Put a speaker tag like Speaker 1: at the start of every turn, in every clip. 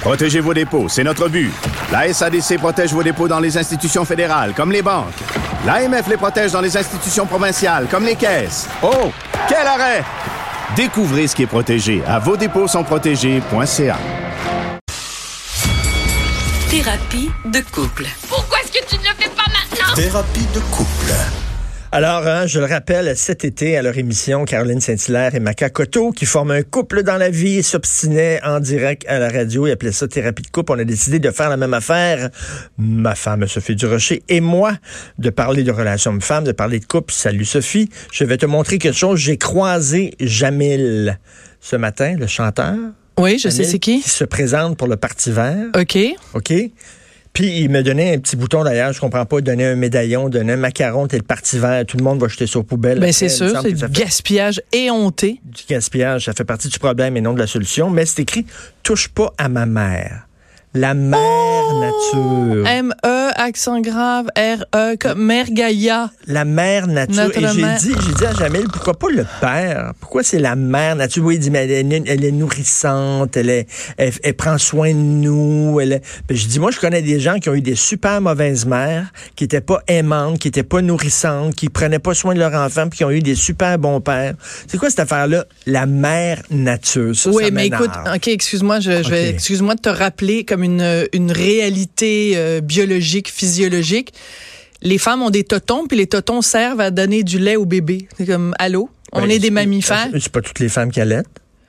Speaker 1: Protégez vos dépôts, c'est notre but. La SADC protège vos dépôts dans les institutions fédérales, comme les banques. L'AMF les protège dans les institutions provinciales, comme les caisses. Oh, quel arrêt! Découvrez ce qui est protégé à vos dépôts sont protégés.ca.
Speaker 2: Thérapie de couple.
Speaker 3: Pourquoi est-ce que tu ne le fais pas maintenant?
Speaker 4: Thérapie de couple.
Speaker 5: Alors, hein, je le rappelle, cet été, à leur émission, Caroline Saint-Hilaire et Maca Cotto, qui forment un couple dans la vie, s'obstinaient en direct à la radio et appelaient ça thérapie de couple. On a décidé de faire la même affaire, ma femme Sophie Durocher et moi, de parler de relations hommes-femmes, de parler de couple. Salut Sophie, je vais te montrer quelque chose. J'ai croisé Jamil ce matin, le chanteur.
Speaker 6: Oui, je sais
Speaker 5: Jamil,
Speaker 6: c'est qui.
Speaker 5: Qui se présente pour le Parti vert.
Speaker 6: OK. Ben,
Speaker 5: OK? Puis il me donnait un petit bouton d'ailleurs, je comprends pas, donner un médaillon, donner un macaron, t'es le parti vert, tout le monde va jeter ça aux poubelles.
Speaker 6: Ben,
Speaker 5: Après,
Speaker 6: c'est
Speaker 5: il me
Speaker 6: sûr,
Speaker 5: semble
Speaker 6: c'est
Speaker 5: que
Speaker 6: du
Speaker 5: ça fait
Speaker 6: gaspillage éhonté.
Speaker 5: du gaspillage, ça fait partie du problème et non de la solution, mais c'est écrit touche pas à ma mère. La mère
Speaker 6: Oh!
Speaker 5: nature.
Speaker 6: M-E, accent grave, R-E, comme Mère Gaïa.
Speaker 5: La mère nature.
Speaker 6: Notre
Speaker 5: et j'ai
Speaker 6: mère.
Speaker 5: dit, j'ai dit à Jamil, pourquoi pas le père? Pourquoi c'est la mère nature? Oui, il dit, mais elle est, elle est nourrissante, elle, est, elle, elle prend soin de nous. Elle est- Puis je dis, moi, je connais des gens qui ont eu des super mauvaises mères, qui étaient pas aimantes, qui étaient pas nourrissantes, qui prenaient pas soin de leur enfant, puis qui ont eu des super bons pères. C'est quoi cette affaire-là? La mère nature. Ça,
Speaker 6: Oui,
Speaker 5: ça
Speaker 6: mais
Speaker 5: m'énerve.
Speaker 6: écoute, OK, excuse-moi, je, je vais-
Speaker 5: OK.
Speaker 6: excuse-moi de te rappeler comme une, une réalité euh, biologique, physiologique. Les femmes ont des totons, puis les totons servent à donner du lait au bébé. C'est comme, allô? On
Speaker 5: Ben,
Speaker 6: est des
Speaker 5: c'est-
Speaker 6: mammifères.
Speaker 5: C'est pas toutes les femmes qui allaitent.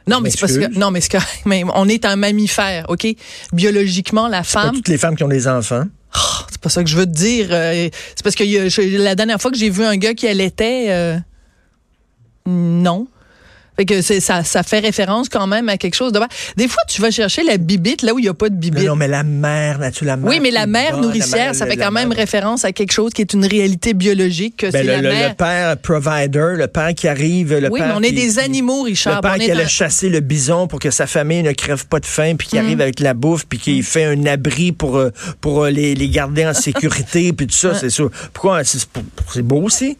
Speaker 6: Non, mais c'est parce
Speaker 5: m'excuse.
Speaker 6: que, non, mais c'est que- mais on est un mammifère, OK? Biologiquement, la
Speaker 5: Pas
Speaker 6: femme,
Speaker 5: toutes les femmes qui ont des enfants.
Speaker 6: Oh, c'est pas ça que je veux te dire. euh, c'est parce que il y a- je- la dernière fois que j'ai vu un gars qui allaitait, euh, non. Fait que c'est, ça, ça fait référence quand même à quelque chose de. Des fois, tu vas chercher la bibite là où il n'y a pas de
Speaker 5: Non,
Speaker 6: bibite.
Speaker 5: non, mais la mère nature, la mère.
Speaker 6: oui, mais la
Speaker 5: qui
Speaker 6: mère
Speaker 5: donne, la
Speaker 6: nourricière,
Speaker 5: mère-
Speaker 6: ça
Speaker 5: la-
Speaker 6: fait
Speaker 5: la
Speaker 6: quand même
Speaker 5: mère-
Speaker 6: référence à quelque chose qui est une réalité biologique.
Speaker 5: Ben,
Speaker 6: Que c'est
Speaker 5: le,
Speaker 6: la
Speaker 5: le- le
Speaker 6: mère.
Speaker 5: père provider, le père qui arrive, le
Speaker 6: oui,
Speaker 5: père
Speaker 6: mais on est
Speaker 5: qui-
Speaker 6: des
Speaker 5: qui-
Speaker 6: animaux, Richard.
Speaker 5: Le père
Speaker 6: on
Speaker 5: qui
Speaker 6: est
Speaker 5: allait
Speaker 6: un-
Speaker 5: chasser le bison pour que sa famille ne crève pas de faim, puis
Speaker 6: Mm.
Speaker 5: qui arrive avec la bouffe, puis qui fait un abri pour, euh, pour euh, les, les garder en sécurité, puis tout ça, c'est sûr. Pourquoi? C'est c'est beau aussi.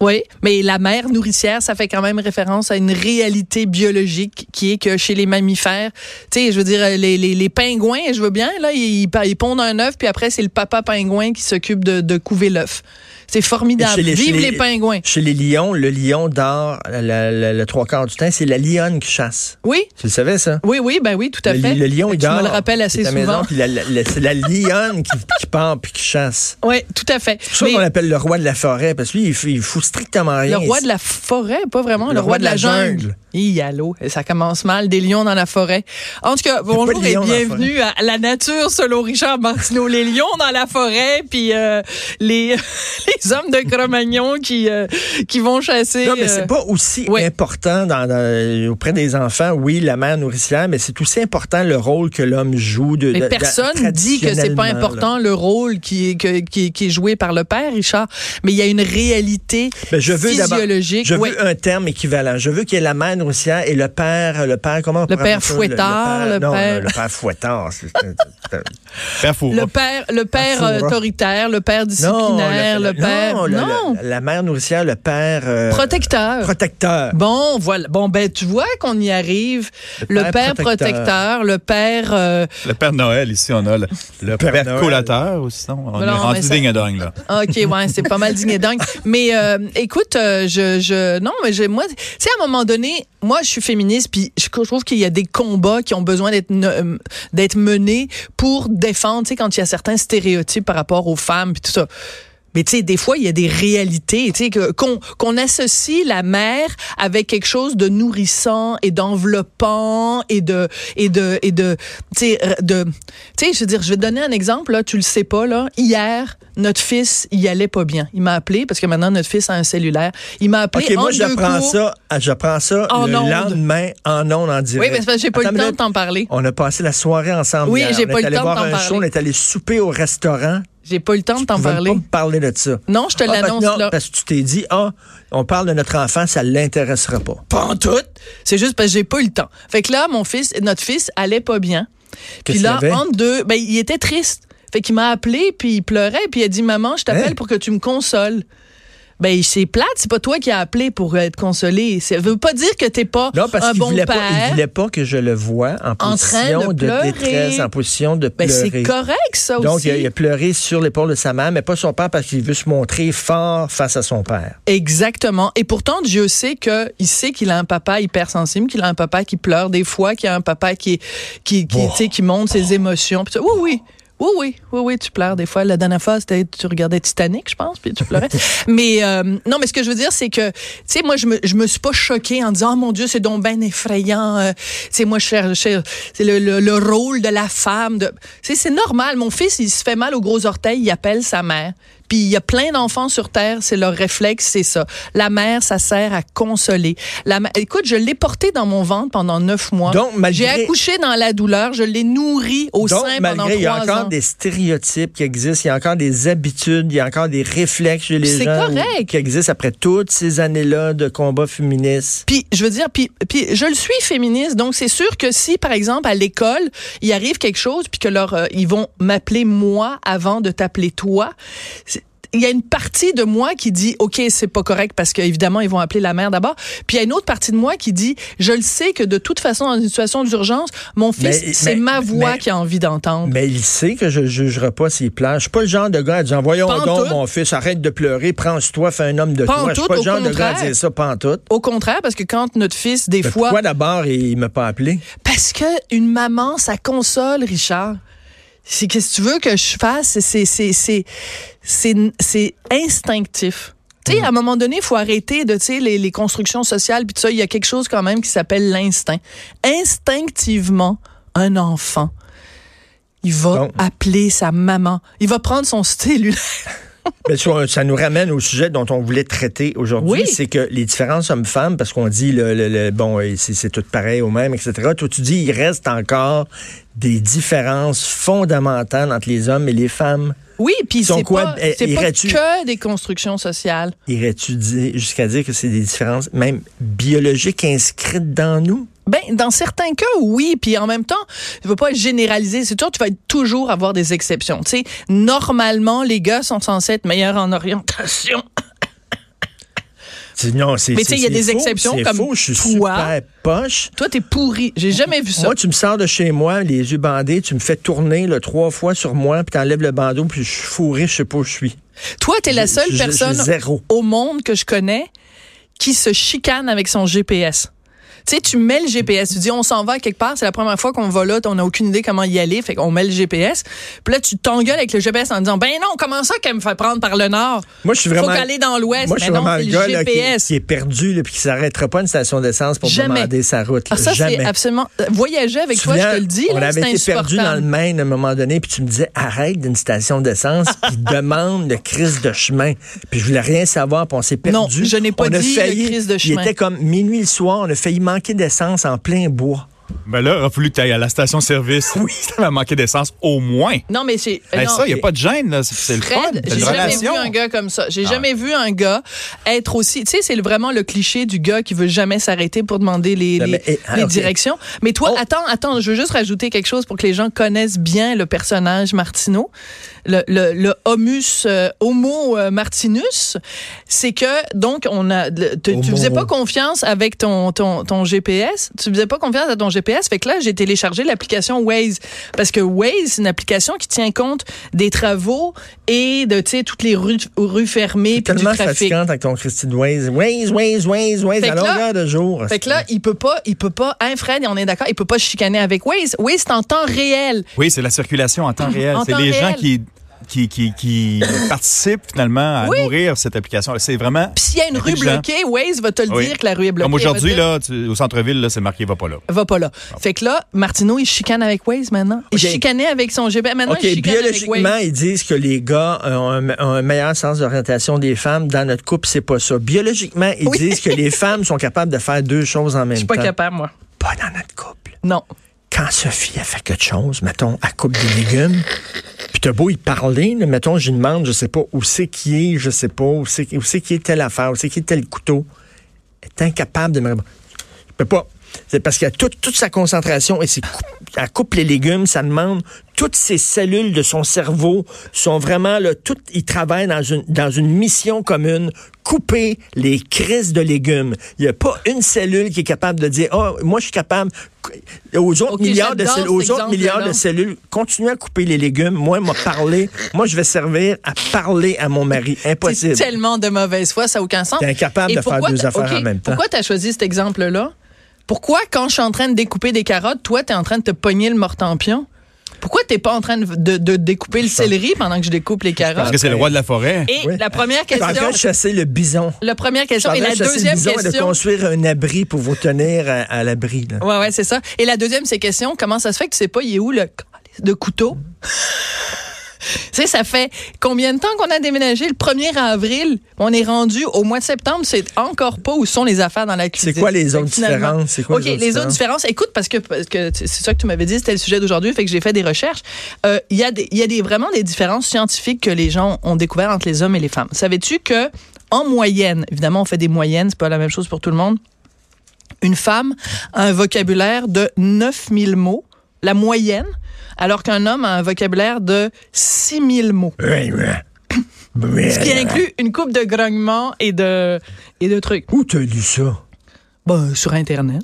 Speaker 6: Oui, mais la mère nourricière, ça fait quand même référence à une réalité biologique qui est que chez les mammifères, tu sais, je veux dire, les, les, les pingouins, je veux bien, là, ils, ils pa- ils pondent un œuf, puis après, c'est le papa pingouin qui s'occupe de, de couver l'œuf. C'est
Speaker 5: Et
Speaker 6: formidable.
Speaker 5: chez les- chez
Speaker 6: Vive les,
Speaker 5: les-
Speaker 6: pingouins.
Speaker 5: Chez les lions, le lion dort la- la- la- le trois quarts du temps, c'est la lionne qui chasse.
Speaker 6: Oui,
Speaker 5: Tu le savais, ça?
Speaker 6: oui, oui, ben oui, tout à
Speaker 5: le,
Speaker 6: fait.
Speaker 5: le lion, il
Speaker 6: Tu
Speaker 5: dort.
Speaker 6: me le rappelles assez
Speaker 5: C'est à la maison,
Speaker 6: souvent.
Speaker 5: puis la- la- la- c'est la lionne qui, qui part puis qui chasse.
Speaker 6: Oui, tout à fait.
Speaker 5: C'est pour ça
Speaker 6: Mais
Speaker 5: qu'on l'appelle le roi de la forêt, parce que lui, il, f- il fout strictement
Speaker 6: le
Speaker 5: rien.
Speaker 6: roi de la forêt, pas vraiment, le, roi, de la, jungle. Hi, allô, ça commence mal, des lions dans la forêt. En tout cas, bonjour
Speaker 5: de
Speaker 6: et
Speaker 5: lions dans la
Speaker 6: bienvenue à La nature selon Richard Martineau. les lions dans la forêt, puis euh, les, les hommes de Cro-Magnon qui, euh, qui vont chasser.
Speaker 5: Non, mais
Speaker 6: euh,
Speaker 5: c'est pas aussi
Speaker 6: ouais.
Speaker 5: important dans- dans- auprès des enfants, oui, la mère nourricière, mais c'est aussi important le rôle que l'homme joue. De, de-
Speaker 6: Mais
Speaker 5: de-
Speaker 6: personne dit que c'est
Speaker 5: traditionnellement,
Speaker 6: pas
Speaker 5: là.
Speaker 6: important le rôle qui est, que- qui, est- qui est joué par le père, Richard. Mais il y a une réalité
Speaker 5: Ben, je veux d'abord-
Speaker 6: physiologique.
Speaker 5: Je
Speaker 6: Ouais.
Speaker 5: veux un terme équivalent. Je veux qu'il y ait la mère nourricière et le père, le père, comment on pourrait
Speaker 6: père
Speaker 5: appeler ça?
Speaker 6: fouettard, le
Speaker 5: non,
Speaker 6: père-
Speaker 5: non, le père fouettard. c'est- c'est- c'est-
Speaker 6: Le père, le père
Speaker 5: Afoura.
Speaker 6: autoritaire, le père disciplinaire, le, père.
Speaker 5: non, le- le- la mère nourricière, le père euh,
Speaker 6: Protecteur.
Speaker 5: protecteur.
Speaker 6: Bon, voilà. Bon, ben, tu vois qu'on y arrive. Le, père, protecteur. le père. euh,
Speaker 7: Le Père Noël, ici, on a le, le
Speaker 5: Père
Speaker 7: Père,
Speaker 5: Noël.
Speaker 7: collateur aussi. non? On
Speaker 6: Non,
Speaker 7: est rendu
Speaker 6: mais ça-
Speaker 7: digne et dingue, là.
Speaker 6: ah, OK, ouais, c'est pas mal digne et dingue. Mais euh, écoute, euh, je, je. Non, mais je, moi, tu sais, à un moment donné, moi, je suis féministe, puis je je trouve qu'il y a des combats qui ont besoin d'être ne- euh, d'être menés pour défendre, tu sais, quand il y a certains stéréotypes par rapport aux femmes, puis tout ça. Mais tu sais, des fois, il y a des réalités, tu sais, que- qu'on qu'on associe la mère avec quelque chose de nourrissant et d'enveloppant et de et de et de tu sais r- de tu sais, je veux dire, je vais te donner un exemple là, tu le sais pas là. Hier, notre fils, il allait pas bien. Il m'a appelé parce que maintenant notre fils a un cellulaire. Il m'a appelé
Speaker 5: OK,
Speaker 6: en
Speaker 5: moi,
Speaker 6: deux
Speaker 5: j'apprends
Speaker 6: cours.
Speaker 5: ça, ah, j'apprends ça
Speaker 6: En
Speaker 5: le
Speaker 6: ondes.
Speaker 5: lendemain en ondes, en direct.
Speaker 6: Oui, mais c'est parce que j'ai pas eu
Speaker 5: Attends
Speaker 6: le
Speaker 5: une
Speaker 6: temps de
Speaker 5: minute.
Speaker 6: t'en parler.
Speaker 5: On a passé la soirée ensemble.
Speaker 6: Oui,
Speaker 5: hier.
Speaker 6: j'ai
Speaker 5: On
Speaker 6: pas
Speaker 5: est
Speaker 6: eu le
Speaker 5: allé
Speaker 6: temps de
Speaker 5: voir
Speaker 6: t'en
Speaker 5: un
Speaker 6: parler.
Speaker 5: show, on est allé souper au restaurant.
Speaker 6: J'ai pas eu le temps de t'en
Speaker 5: Tu pouvais
Speaker 6: parler.
Speaker 5: pas me parler de ça.
Speaker 6: Non, je te
Speaker 5: Ah,
Speaker 6: l'annonce
Speaker 5: parce- non,
Speaker 6: là.
Speaker 5: Parce que tu t'es dit, ah, on parle de notre enfant, ça l'intéressera pas.
Speaker 6: Pas en tout. C'est juste parce que j'ai pas eu le temps. Fait que là, mon fils, notre fils allait pas bien. Puis
Speaker 5: Qu'est-ce
Speaker 6: là,
Speaker 5: qu'il y avait?
Speaker 6: entre deux, ben, il était triste. Fait qu'il m'a appelé, puis il pleurait, puis il a dit Maman, je t'appelle
Speaker 5: Hein?
Speaker 6: pour que tu me consoles. ben c'est plate, c'est pas toi qui as appelé pour être consolé. Ça veut pas dire que t'es pas
Speaker 5: Non, parce
Speaker 6: un
Speaker 5: qu'il
Speaker 6: bon
Speaker 5: voulait
Speaker 6: père.
Speaker 5: pas, il voulait pas que je le voie en,
Speaker 6: train
Speaker 5: position
Speaker 6: de
Speaker 5: de,
Speaker 6: pleurer.
Speaker 5: détresse, en position de
Speaker 6: Ben,
Speaker 5: pleurer.
Speaker 6: c'est correct ça
Speaker 5: Donc,
Speaker 6: aussi.
Speaker 5: il a, il a pleuré sur l'épaule de sa mère, mais pas son père parce qu'il veut se montrer fort face à son père.
Speaker 6: Exactement. Et pourtant, Dieu sait que il sait qu'il a un papa hypersensible, qu'il a un papa qui pleure des fois, qu'il a un papa qui qui qui,
Speaker 5: Oh.
Speaker 6: tu sais, qui monte ses émotions. Puis ça, oui, oui. Oui, oui, oui, oui, tu pleures des fois. La dernière fois, c'était tu regardais Titanic, je pense, puis tu pleurais. mais euh, non, mais ce que je veux dire, c'est que, tu sais, moi, je me, je me suis pas choquée en disant, oh mon Dieu, c'est donc ben effrayant. Euh, tu sais, moi, je cherchais, c'est le, le, le rôle de la femme. De... Tu sais, c'est normal. Mon fils, il se fait mal aux gros orteils, il appelle sa mère. Puis il y a plein d'enfants sur Terre, c'est leur réflexe, c'est ça. La mère, ça sert à consoler. La ma- Écoute, je l'ai porté dans mon ventre pendant neuf mois.
Speaker 5: Donc, malgré-
Speaker 6: J'ai accouché dans la douleur, je l'ai nourri au
Speaker 5: Donc,
Speaker 6: sein pendant
Speaker 5: malgré, il y a
Speaker 6: trois
Speaker 5: encore
Speaker 6: ans.
Speaker 5: des stéréotypes qui existent, il y a encore des habitudes, il y a encore des réflexes chez les
Speaker 6: C'est
Speaker 5: gens
Speaker 6: correct.
Speaker 5: ou- qui existent après toutes ces années-là de combats féministes.
Speaker 6: Puis, je veux dire, puis, puis je le suis féministe, donc c'est sûr que si, par exemple, à l'école, il arrive quelque chose, puis que leur, euh, ils vont m'appeler moi avant de t'appeler toi, c'est- il y a une partie de moi qui dit, OK, c'est pas correct parce qu'évidemment, ils vont appeler la mère d'abord. Puis il y a une autre partie de moi qui dit, je le sais que de toute façon, dans une situation d'urgence, mon fils,
Speaker 5: Mais-
Speaker 6: c'est
Speaker 5: mais-
Speaker 6: ma voix
Speaker 5: mais-
Speaker 6: qui a envie d'entendre.
Speaker 5: Mais il sait que je le jugerai pas s'il pleure. Je suis pas le genre de gars à dire Voyons
Speaker 6: Pas en
Speaker 5: donc,
Speaker 6: tout.
Speaker 5: mon fils, arrête de pleurer, prends-toi, fais un homme de
Speaker 6: Pas en
Speaker 5: toi. Je suis
Speaker 6: tout,
Speaker 5: pas le
Speaker 6: au
Speaker 5: genre de gars à
Speaker 6: contraire.
Speaker 5: dire ça, pas en tout.
Speaker 6: Au contraire, parce que quand notre fils, des
Speaker 5: Mais
Speaker 6: fois,
Speaker 5: Pourquoi d'abord il m'a pas appelé?
Speaker 6: Parce que une maman, ça console, Richard. C'est qu'est-ce que tu veux que je fasse C'est- c'est c'est c'est c'est c'est instinctif. Tu
Speaker 5: Mm.
Speaker 6: sais, à un moment donné, il faut arrêter de, tu sais, les, les constructions sociales, puis tout ça, il y a quelque chose quand même qui s'appelle l'instinct. Instinctivement, un enfant, il va
Speaker 5: Bon.
Speaker 6: appeler sa maman, il va prendre son cellulaire.
Speaker 5: Ben, ça, ça nous ramène au sujet dont on voulait traiter aujourd'hui,
Speaker 6: Oui.
Speaker 5: c'est que les différences hommes-femmes, parce qu'on dit le, le- le- bon, euh, c'est c'est tout pareil au même, etc. Toi, tu dis il reste encore des différences fondamentales entre les hommes et les femmes.
Speaker 6: Oui, puis
Speaker 5: Sont
Speaker 6: c'est
Speaker 5: quoi,
Speaker 6: pas,
Speaker 5: euh,
Speaker 6: c'est pas
Speaker 5: irais-tu-
Speaker 6: que des constructions sociales.
Speaker 5: Irais-tu dire- jusqu'à dire que c'est des différences même biologiques inscrites dans nous?
Speaker 6: Ben, dans certains cas, oui. Puis en même temps, tu ne pas généraliser. C'est sûr, tu vas être- toujours avoir des exceptions. Tu sais, normalement, les gars sont censés être meilleurs en orientation.
Speaker 5: C'est- Non, c'est
Speaker 6: Mais tu sais, il y a
Speaker 5: c'est-
Speaker 6: des
Speaker 5: c'est faux,
Speaker 6: exceptions
Speaker 5: c'est
Speaker 6: comme
Speaker 5: faux, je suis
Speaker 6: toi.
Speaker 5: super poche.
Speaker 6: Toi, t'es pourri. J'ai jamais vu ça.
Speaker 5: Moi, tu me sors de chez moi, les yeux bandés, tu me fais tourner le trois fois sur moi, puis t'enlèves le bandeau, puis je suis fourré, je sais pas où je suis.
Speaker 6: Toi, t'es la
Speaker 5: je-
Speaker 6: seule
Speaker 5: je- je-
Speaker 6: personne
Speaker 5: zéro.
Speaker 6: au monde que je connais qui se chicane avec son GPS. Tu sais, tu mets le GPS, tu dis on s'en va à quelque part, c'est la première fois qu'on va là, on n'a aucune idée comment y aller, fait qu'on met le GPS. Puis là, tu t'engueules avec le GPS en disant ben non, comment ça qu'elle me fait prendre par le nord
Speaker 5: Moi, je suis
Speaker 6: Faut
Speaker 5: vraiment.
Speaker 6: qu'aller dans l'ouest,
Speaker 5: Moi, je
Speaker 6: mais
Speaker 5: suis
Speaker 6: non,
Speaker 5: vraiment
Speaker 6: c'est
Speaker 5: le
Speaker 6: le
Speaker 5: gars là, qui,
Speaker 6: GPS.
Speaker 5: qui est perdu là, puis qui s'arrêtera pas à une station d'essence pour
Speaker 6: Jamais.
Speaker 5: demander sa route. là.
Speaker 6: Alors ça, c'est
Speaker 5: Jamais.
Speaker 6: absolument. euh, Voyager avec
Speaker 5: Tu
Speaker 6: toi,
Speaker 5: viens,
Speaker 6: je te le dis,
Speaker 5: on
Speaker 6: là, c'est
Speaker 5: avait été perdu dans le
Speaker 6: insupportable.
Speaker 5: Maine à un moment donné, puis tu me disais arrête d'une station d'essence, puis demande le crise de chemin. Puis je voulais rien savoir, puis on s'est perdu.
Speaker 6: Non, je n'ai pas
Speaker 5: On a
Speaker 6: dit le
Speaker 5: failli-
Speaker 6: crise de
Speaker 5: Il
Speaker 6: chemin.
Speaker 5: était comme minuit le soir, on a failli manquer d'essence en plein bois.
Speaker 7: Ben là, il a fallu que tu à la station-service. Oui. Ça m'a manqué d'essence, au moins.
Speaker 6: Non, mais c'est.
Speaker 7: Ben
Speaker 6: Euh, non.
Speaker 7: ça, il n'y a pas de gêne, là. C'est- C'est le fun.
Speaker 6: Fred,
Speaker 7: c'est
Speaker 6: j'ai
Speaker 7: une
Speaker 6: jamais vu
Speaker 7: relation.
Speaker 6: un gars comme ça. J'ai
Speaker 7: Ah.
Speaker 6: jamais vu un gars être aussi. Tu sais, c'est le- vraiment le cliché du gars qui veut jamais s'arrêter pour demander les,
Speaker 5: Non,
Speaker 6: les-
Speaker 5: mais, eh, ah,
Speaker 6: les
Speaker 5: ok.
Speaker 6: directions. Mais toi,
Speaker 5: Oh.
Speaker 6: attends, attends, je veux juste rajouter quelque chose pour que les gens connaissent bien le personnage Martineau, le, le, le homus euh, homo euh, Martinus. C'est que donc on a, le- te- tu
Speaker 5: Homo.
Speaker 6: faisais pas confiance avec ton, ton ton GPS, tu faisais pas confiance à ton GPS. Fait que là, j'ai téléchargé l'application Waze parce que Waze, c'est une application qui tient compte des travaux et de tu sais toutes les rues rues fermées puis du
Speaker 5: Tellement
Speaker 6: trafic.
Speaker 5: fatigante avec ton Christine Waze. Waze, Waze, Waze, Waze,
Speaker 6: Fait
Speaker 5: à
Speaker 6: que là-
Speaker 5: longueur de jour.
Speaker 6: Fait que là, il peut pas, il peut pas, hein, Fred, on est d'accord, il peut pas se chicaner avec Waze. Waze, c'est en temps réel.
Speaker 7: Oui, c'est la circulation en temps réel.
Speaker 6: En
Speaker 7: C'est
Speaker 6: temps
Speaker 7: les gens
Speaker 6: réel.
Speaker 7: qui, qui, qui, qui participent finalement à
Speaker 6: Oui.
Speaker 7: nourrir cette application. C'est vraiment.
Speaker 6: Puis s'il y a une rue
Speaker 7: Intelligent.
Speaker 6: bloquée, Waze va te le
Speaker 7: Oui.
Speaker 6: dire que la rue est bloquée. Ah,
Speaker 7: Comme
Speaker 6: Elle va
Speaker 7: aujourd'hui,
Speaker 6: te dire,
Speaker 7: là, tu- au centre-ville, là, c'est marqué, va pas là.
Speaker 6: Va pas là. Fait que là, Martineau, il chicane avec Waze maintenant. Il
Speaker 5: Ok.
Speaker 6: chicanait avec son GPS. Maintenant,
Speaker 5: OK,
Speaker 6: il chicane avec
Speaker 5: biologiquement,
Speaker 6: Waze.
Speaker 5: ils disent que les gars ont un, ont un meilleur sens d'orientation des femmes. Dans notre couple, c'est pas ça. Biologiquement, ils
Speaker 6: Oui.
Speaker 5: disent que les femmes sont capables de faire deux choses en même
Speaker 6: Je suis
Speaker 5: temps.
Speaker 6: pas capable, moi.
Speaker 5: Pas dans notre couple.
Speaker 6: Non.
Speaker 5: Quand Sophie a fait quelque chose, mettons, elle coupe des légumes, puis t'as beau y parler, là, mettons, je lui demande, je sais pas où c'est qui est, je sais pas, où c'est où c'est qui est telle affaire, où c'est qui est tel couteau, elle est incapable de me répondre. Je peux pas. C'est parce qu'elle a toute, toute sa concentration et c'est cou- elle coupe les légumes, ça demande toutes ces cellules de son cerveau sont vraiment là, toutes, ils travaillent dans une, dans une mission commune, couper les crises de légumes. Il n'y a pas une cellule qui est capable de dire, oh, moi, je suis capable, aux autres
Speaker 6: Ok,
Speaker 5: milliards de
Speaker 6: j'adore
Speaker 5: cellules, aux
Speaker 6: cet
Speaker 5: autres milliards de
Speaker 6: exemple-là.
Speaker 5: cellules, continuez à couper les légumes. Moi, m'a parlé. moi, je vais servir à parler à mon mari.
Speaker 6: C'est
Speaker 5: Impossible.
Speaker 6: tellement de mauvaise foi, ça n'a aucun sens.
Speaker 5: T'es incapable
Speaker 6: Et
Speaker 5: de faire
Speaker 6: pourquoi
Speaker 5: deux
Speaker 6: t'as-
Speaker 5: affaires
Speaker 6: ok,
Speaker 5: en même temps.
Speaker 6: Pourquoi tu as choisi cet exemple-là? Pourquoi, quand je suis en train de découper des carottes, toi, tu es en train de te pogner le mortempion? Pourquoi t'es pas en train de, de- de découper le céleri pendant que je découpe les
Speaker 7: Parce
Speaker 6: carottes?
Speaker 7: que c'est le roi de la forêt.
Speaker 6: Et
Speaker 5: Oui.
Speaker 6: la première
Speaker 5: Je suis en train de
Speaker 6: question,
Speaker 5: chasser le bison.
Speaker 6: la première question et
Speaker 5: Je suis en
Speaker 6: la
Speaker 5: train de chasser le
Speaker 6: deuxième
Speaker 5: bison et de
Speaker 6: question.
Speaker 5: construire un abri pour vous tenir à, à l'abri. là.
Speaker 6: Ouais, ouais, c'est ça. Et la deuxième, c'est question, comment ça se fait que tu sais pas, il est où le calice de couteau? tu sais, ça fait combien de temps qu'on a déménagé? Le 1er avril, on est rendu au mois de septembre, c'est encore pas où sont les affaires dans la cuisine.
Speaker 5: quoi les
Speaker 6: Fait que
Speaker 5: autres
Speaker 6: finalement-
Speaker 5: différences? C'est quoi
Speaker 6: OK,
Speaker 5: les autres
Speaker 6: autres différences. Écoute, parce que parce que c'est ça que tu m'avais dit, c'était le sujet d'aujourd'hui, fait que j'ai fait des recherches. Euh, Il y a, des, il y a des, vraiment des différences scientifiques que les gens ont découvert entre les hommes et les femmes. Savais-tu que, en moyenne, évidemment, on fait des moyennes, c'est pas la même chose pour tout le monde, une femme a un vocabulaire de 9000 mots, la moyenne, alors qu'un homme a un vocabulaire de 6000 mots.
Speaker 5: Oui, oui. Oui.
Speaker 6: Ce qui inclut une coupe de grognements et de, et de trucs.
Speaker 5: Où t'as lu ça?
Speaker 6: Bon, sur Internet.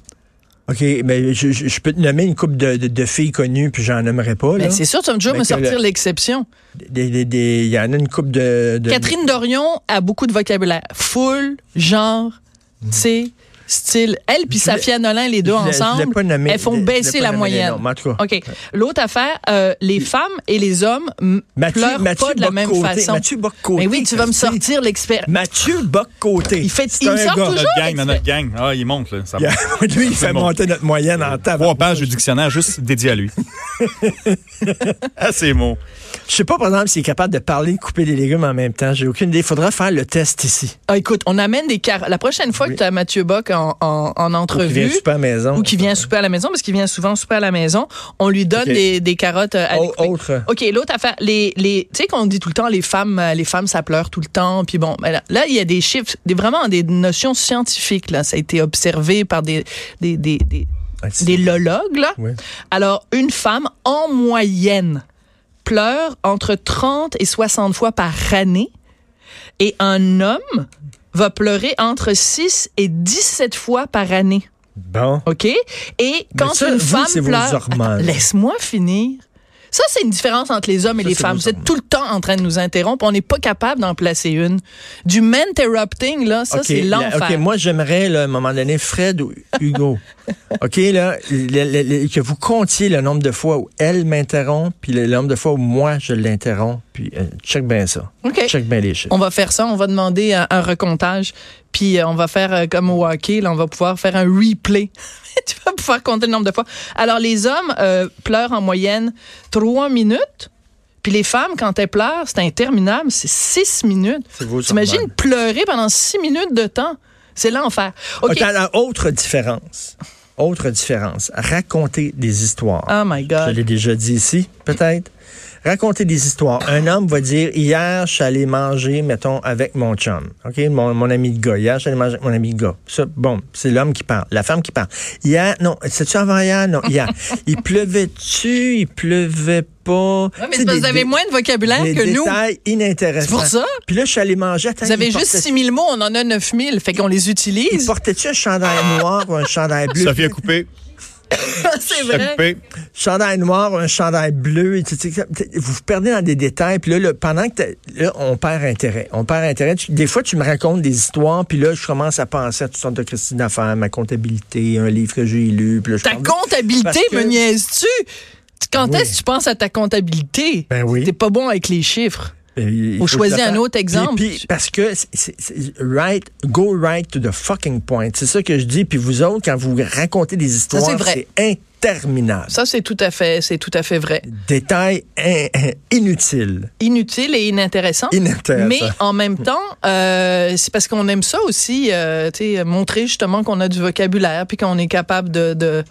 Speaker 5: OK, mais je, je- je peux te nommer une couple de, de- de filles connues, puis j'en nommerai pas. là.
Speaker 6: Mais Ben, c'est sûr, tu vas toujours
Speaker 5: Mais
Speaker 6: me
Speaker 5: que le-
Speaker 6: sortir l'exception.
Speaker 5: Des- des- des- Il y en a une couple de... de-
Speaker 6: Catherine Dorion a beaucoup de vocabulaire. Foule, genre, tu sais, style.
Speaker 5: Mm.
Speaker 6: Elle puis
Speaker 5: Je l'ai-
Speaker 6: Safia Nolin, les deux
Speaker 5: je l'ai- je l'ai
Speaker 6: ensemble,
Speaker 5: pas nommé-
Speaker 6: elles
Speaker 5: je
Speaker 6: font
Speaker 5: l'ai- je l'ai
Speaker 6: baisser
Speaker 5: pas nommé
Speaker 6: la
Speaker 5: les
Speaker 6: moyenne.
Speaker 5: noms, mais en tout cas. Mm.
Speaker 6: OK. L'autre affaire, euh, les femmes et les hommes m-
Speaker 5: Mathieu-
Speaker 6: pleurent
Speaker 5: Mathieu
Speaker 6: pas de la même
Speaker 5: Bock-Côté-
Speaker 6: façon.
Speaker 5: Mathieu Bock-Côté,
Speaker 6: Mais oui, tu vas me
Speaker 5: Christy.
Speaker 6: sortir l'expérience.
Speaker 5: Mathieu Bock-Côté.
Speaker 6: Il fait-
Speaker 5: C'est
Speaker 6: il
Speaker 5: un
Speaker 6: sort
Speaker 5: gars.
Speaker 6: toujours.
Speaker 7: Notre gang, dans notre gang. Ah, il monte, là. Ça monte.
Speaker 5: Lui, il fait
Speaker 7: bon.
Speaker 5: monter notre moyenne en table.
Speaker 7: Trois pages du dictionnaire juste dédié à lui. à ses mots.
Speaker 5: Je sais pas, par exemple, s'il est capable de parler de couper des légumes en même temps. J'ai aucune idée. Il faudra faire le test ici.
Speaker 6: Ah, écoute, on amène des carottes. La prochaine fois que tu as Mathieu Bock en, en, en
Speaker 5: Ou qu'il
Speaker 6: entrevue.
Speaker 5: vienne souper à la maison.
Speaker 6: Ou qui vient souper à la maison, parce qu'il vient souvent souper à la maison. On lui donne
Speaker 5: OK. Oh,
Speaker 6: des, des carottes euh, à
Speaker 5: Au-
Speaker 6: découper.
Speaker 5: autre.
Speaker 6: OK, l'autre affaire, les, les, tu sais qu'on dit tout le temps, les femmes, euh, les femmes, ça pleure tout le temps. Puis bon, ben là, là, il y a des chiffres, des, vraiment des notions scientifiques. Là. Ça a été observé par des, des, des, des,
Speaker 5: Ah, c'est-
Speaker 6: Oh, des lologues. Là.
Speaker 5: Oui.
Speaker 6: Alors, une femme, en moyenne, pleure entre 30 et 60 fois par année. Et un homme va pleurer entre 6 et 17 fois par année.
Speaker 5: Bon.
Speaker 6: OK? Et
Speaker 5: Mais
Speaker 6: quand
Speaker 5: ça,
Speaker 6: une
Speaker 5: vous,
Speaker 6: femme
Speaker 5: c'est vos
Speaker 6: pleure.
Speaker 5: hormones.
Speaker 6: Attends, Laisse-moi finir. Ça, c'est une différence entre les hommes et
Speaker 5: Ça,
Speaker 6: les
Speaker 5: c'est
Speaker 6: femmes.
Speaker 5: vos
Speaker 6: Vous êtes
Speaker 5: hormones.
Speaker 6: tout le temps en train de nous interrompre. On n'est pas capable d'en placer une. Du interrupting, là, ça,
Speaker 5: OK,
Speaker 6: c'est
Speaker 5: la-
Speaker 6: l'enfer.
Speaker 5: OK, moi, j'aimerais, là, à un moment donné, Fred ou Hugo. OK, là, le- le- le- que vous comptiez le nombre de fois où elle m'interrompt, puis le nombre de fois où moi, je l'interromps. Puis, euh, check bien ça.
Speaker 6: OK.
Speaker 5: Check bien les chiffres.
Speaker 6: On va faire ça. On va demander un, un recomptage. Puis euh, on va faire euh, comme au hockey. Là, on va pouvoir faire un replay. tu vas pouvoir compter le nombre de fois. Alors, les hommes euh, pleurent en moyenne trois minutes. Puis les femmes, quand elles pleurent, c'est interminable. C'est six minutes.
Speaker 5: C'est vos
Speaker 6: T'imagines
Speaker 5: hormones.
Speaker 6: pleurer pendant six minutes de temps? C'est l'enfer. OK.
Speaker 5: Attends, alors, autre différence. Autre différence. Raconter des histoires.
Speaker 6: Oh my
Speaker 5: Je
Speaker 6: God.
Speaker 5: l'ai déjà dit ici, peut-être. Raconter des histoires. Un homme va dire Hier, je suis allé manger, mettons, avec mon chum. OK, mon, mon ami de gars. Hier, je suis allé manger avec mon ami de gars. Ça, bon, c'est l'homme qui parle, la femme qui parle. Hier, non, c'est-tu avant hier? Non, hier. il pleuvait-tu? Il pleuvait pas?
Speaker 6: Ouais, mais
Speaker 5: Tu sais,
Speaker 6: c'est parce
Speaker 5: des-
Speaker 6: que vous avez
Speaker 5: des-
Speaker 6: moins de vocabulaire
Speaker 5: des
Speaker 6: que nous.
Speaker 5: détails
Speaker 6: C'est
Speaker 5: inintéressants.
Speaker 6: pour ça.
Speaker 5: Puis là, je suis allé manger. Attends,
Speaker 6: Vous avez
Speaker 5: il
Speaker 6: juste
Speaker 5: portait-
Speaker 6: 6000 mots, on en a 9000. Fait qu'on les
Speaker 5: Il
Speaker 6: utilise.
Speaker 5: portait-tu un chandail noir ou un chandail bleu?
Speaker 7: Sophie a coupé.
Speaker 6: C'est
Speaker 7: Sophie a
Speaker 6: vrai.
Speaker 7: coupé.
Speaker 5: chandail noir ou un chandail bleu. et tu- tu- tu- vous vous perdez dans des détails. Puis là, le- pendant que t'as- là, on perd intérêt. On perd intérêt. Tu- des fois, tu me racontes des histoires, puis là, je commence à penser à toutes sortes de Christine d'affaires, ma comptabilité, un livre que j'ai lu. Puis là, je
Speaker 6: Ta
Speaker 5: parle-
Speaker 6: comptabilité,
Speaker 5: Parce que-
Speaker 6: me niaises-tu? Quand
Speaker 5: Oui.
Speaker 6: est-ce que tu penses à ta comptabilité?
Speaker 5: Ben oui.
Speaker 6: T'es pas bon avec les chiffres.
Speaker 5: Euh, il
Speaker 6: Ou
Speaker 5: faut
Speaker 6: choisis
Speaker 5: que je le
Speaker 6: un
Speaker 5: fasse.
Speaker 6: autre exemple.
Speaker 5: Puis, puis, parce que c'est- c'est- c'est right, go right to the fucking point. C'est ça que je dis. Puis vous autres, quand vous racontez des histoires,
Speaker 6: c'est vrai.
Speaker 5: interminable.
Speaker 6: Ça, c'est tout à fait, c'est tout à fait vrai.
Speaker 5: Détails in- in- inutiles.
Speaker 6: Inutile et inintéressant.
Speaker 5: Inintéressant.
Speaker 6: Mais en même temps, euh, c'est parce qu'on aime ça aussi, euh, tu sais, montrer justement qu'on a du vocabulaire puis qu'on est capable de. de...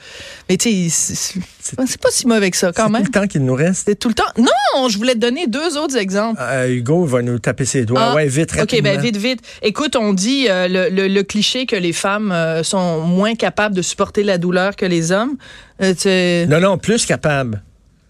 Speaker 6: Mais tu sais, c'est- c'est c'est pas si mauvais que ça
Speaker 5: C'est
Speaker 6: quand même.
Speaker 5: tout le temps qu'il nous reste.
Speaker 6: C'est tout le temps. Non, je voulais te donner deux autres exemples.
Speaker 5: Euh, Hugo va nous taper ses doigts.
Speaker 6: Ah,
Speaker 5: ouais, vite, rapidement.
Speaker 6: OK, ben vite, vite. Écoute, on dit euh, le, le- le cliché que les femmes euh, sont moins capables de supporter la douleur que les hommes. Euh, tu-
Speaker 5: Non, non, plus capable.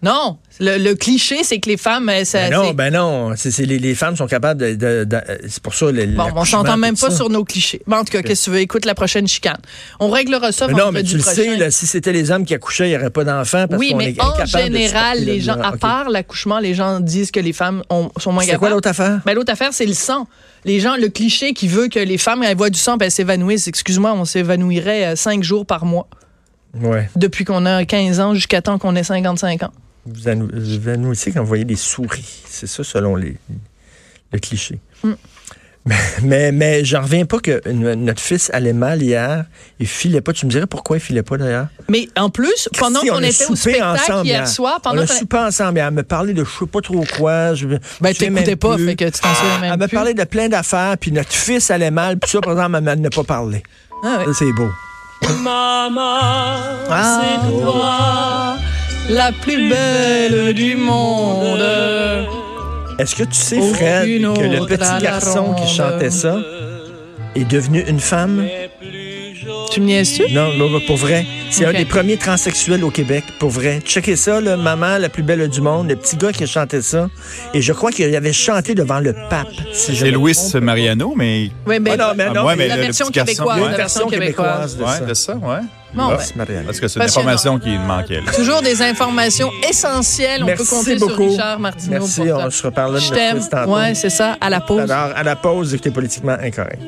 Speaker 6: Non, le, le cliché, c'est que les femmes. euh, ça-
Speaker 5: Ben non,
Speaker 6: c'est-
Speaker 5: ben non. C'est, c'est les, les femmes sont capables de. de- de- euh, c'est pour ça. Le,
Speaker 6: Bon, on s'entend même pas sur nos clichés. Bon, en tout cas, qu'est-ce que tu veux? Écoute la prochaine chicane. On réglera ça
Speaker 5: Mais non,
Speaker 6: vendredi
Speaker 5: mais tu le
Speaker 6: prochain.
Speaker 5: sais, là, si c'était les hommes qui accouchaient, il n'y aurait pas d'enfants. Parce
Speaker 6: oui,
Speaker 5: qu'on
Speaker 6: mais
Speaker 5: est
Speaker 6: en
Speaker 5: incapable de
Speaker 6: général,
Speaker 5: sortir
Speaker 6: les gens,
Speaker 5: là-dedans.
Speaker 6: à
Speaker 5: OK.
Speaker 6: part l'accouchement, les gens disent que les femmes ont- sont moins
Speaker 5: C'est quoi
Speaker 6: capables.
Speaker 5: l'autre affaire?
Speaker 6: Ben, l'autre affaire, c'est le sang. Les gens, le cliché qui veut que les femmes, elles voient du sang, puis elles s'évanouissent. Excuse-moi, on s'évanouirait euh, cinq jours par mois.
Speaker 5: Ouais.
Speaker 6: Depuis qu'on a 15 ans jusqu'à temps qu'on ait 55 ans.
Speaker 5: Vous annou- vous annoncez quand vous voyez des souris. C'est ça, selon les, le cliché.
Speaker 6: Mm.
Speaker 5: Mais, mais, mais j'en reviens pas que no- notre fils allait mal hier. Il filait pas. Tu me dirais pourquoi il filait pas d'ailleurs?
Speaker 6: Mais en plus, pendant
Speaker 5: Christy,
Speaker 6: qu'on
Speaker 5: a
Speaker 6: était au
Speaker 5: soupé
Speaker 6: spectacle
Speaker 5: ensemble hein?
Speaker 6: hier soir, pendant
Speaker 5: on a
Speaker 6: qu'on-
Speaker 5: soupé ensemble hier. Elle me parlait de je sais pas trop quoi. Je,
Speaker 6: Ben,
Speaker 5: je sais
Speaker 6: t'écoutais
Speaker 5: même
Speaker 6: pas,
Speaker 5: plus. Ah.
Speaker 6: fait que tu t'en souviens même
Speaker 5: Elle me
Speaker 6: plus.
Speaker 5: parlait de plein d'affaires, puis notre fils allait mal, puis ça, par exemple, elle n'a pas parlé.
Speaker 6: Ah ouais.
Speaker 5: Ça, c'est beau.
Speaker 6: Ah. la plus belle du monde.
Speaker 5: Est-ce que tu sais,
Speaker 6: Oh,
Speaker 5: Fred,
Speaker 6: une
Speaker 5: que le
Speaker 6: autre à
Speaker 5: petit
Speaker 6: la
Speaker 5: garçon
Speaker 6: ronde.
Speaker 5: qui chantait ça est devenu une femme?
Speaker 6: Tu me niaises-tu?
Speaker 5: Non, non, pour vrai. C'est
Speaker 6: Ok.
Speaker 5: un des premiers transsexuels au Québec, pour vrai. Checkez ça, là, maman, la plus belle du monde, le petit gars qui chantait ça. Et je crois qu'il avait chanté devant le pape. Si je me
Speaker 7: C'est Louis
Speaker 5: trompe.
Speaker 7: Mariano, mais.
Speaker 6: Oui, ben,
Speaker 5: Ah non, mais
Speaker 7: Ah,
Speaker 5: non,
Speaker 7: ouais,
Speaker 5: mais
Speaker 7: mais
Speaker 6: la
Speaker 7: le- le
Speaker 6: version
Speaker 7: petit garçon,
Speaker 6: québécoise.
Speaker 7: ouais.
Speaker 6: la version québécoise.
Speaker 5: de
Speaker 7: Ouais,
Speaker 5: ça.
Speaker 7: de ça, ouais.
Speaker 6: Bon,
Speaker 7: Ah,
Speaker 6: ben,
Speaker 5: C'est Marianne.
Speaker 7: Parce que c'est une
Speaker 6: Passionnant.
Speaker 7: information qui manquait. là.
Speaker 6: Toujours des informations essentielles. On
Speaker 5: Merci
Speaker 6: peut compter
Speaker 5: beaucoup.
Speaker 6: sur Richard Martineau
Speaker 5: Merci,
Speaker 6: pour ça.
Speaker 5: on se reparle là de
Speaker 6: Je
Speaker 5: notre
Speaker 6: t'aime.
Speaker 5: fils tantôt.
Speaker 6: Ouais, c'est ça, à la pause.
Speaker 5: Alors, à la pause, écoutez politiquement incorrect.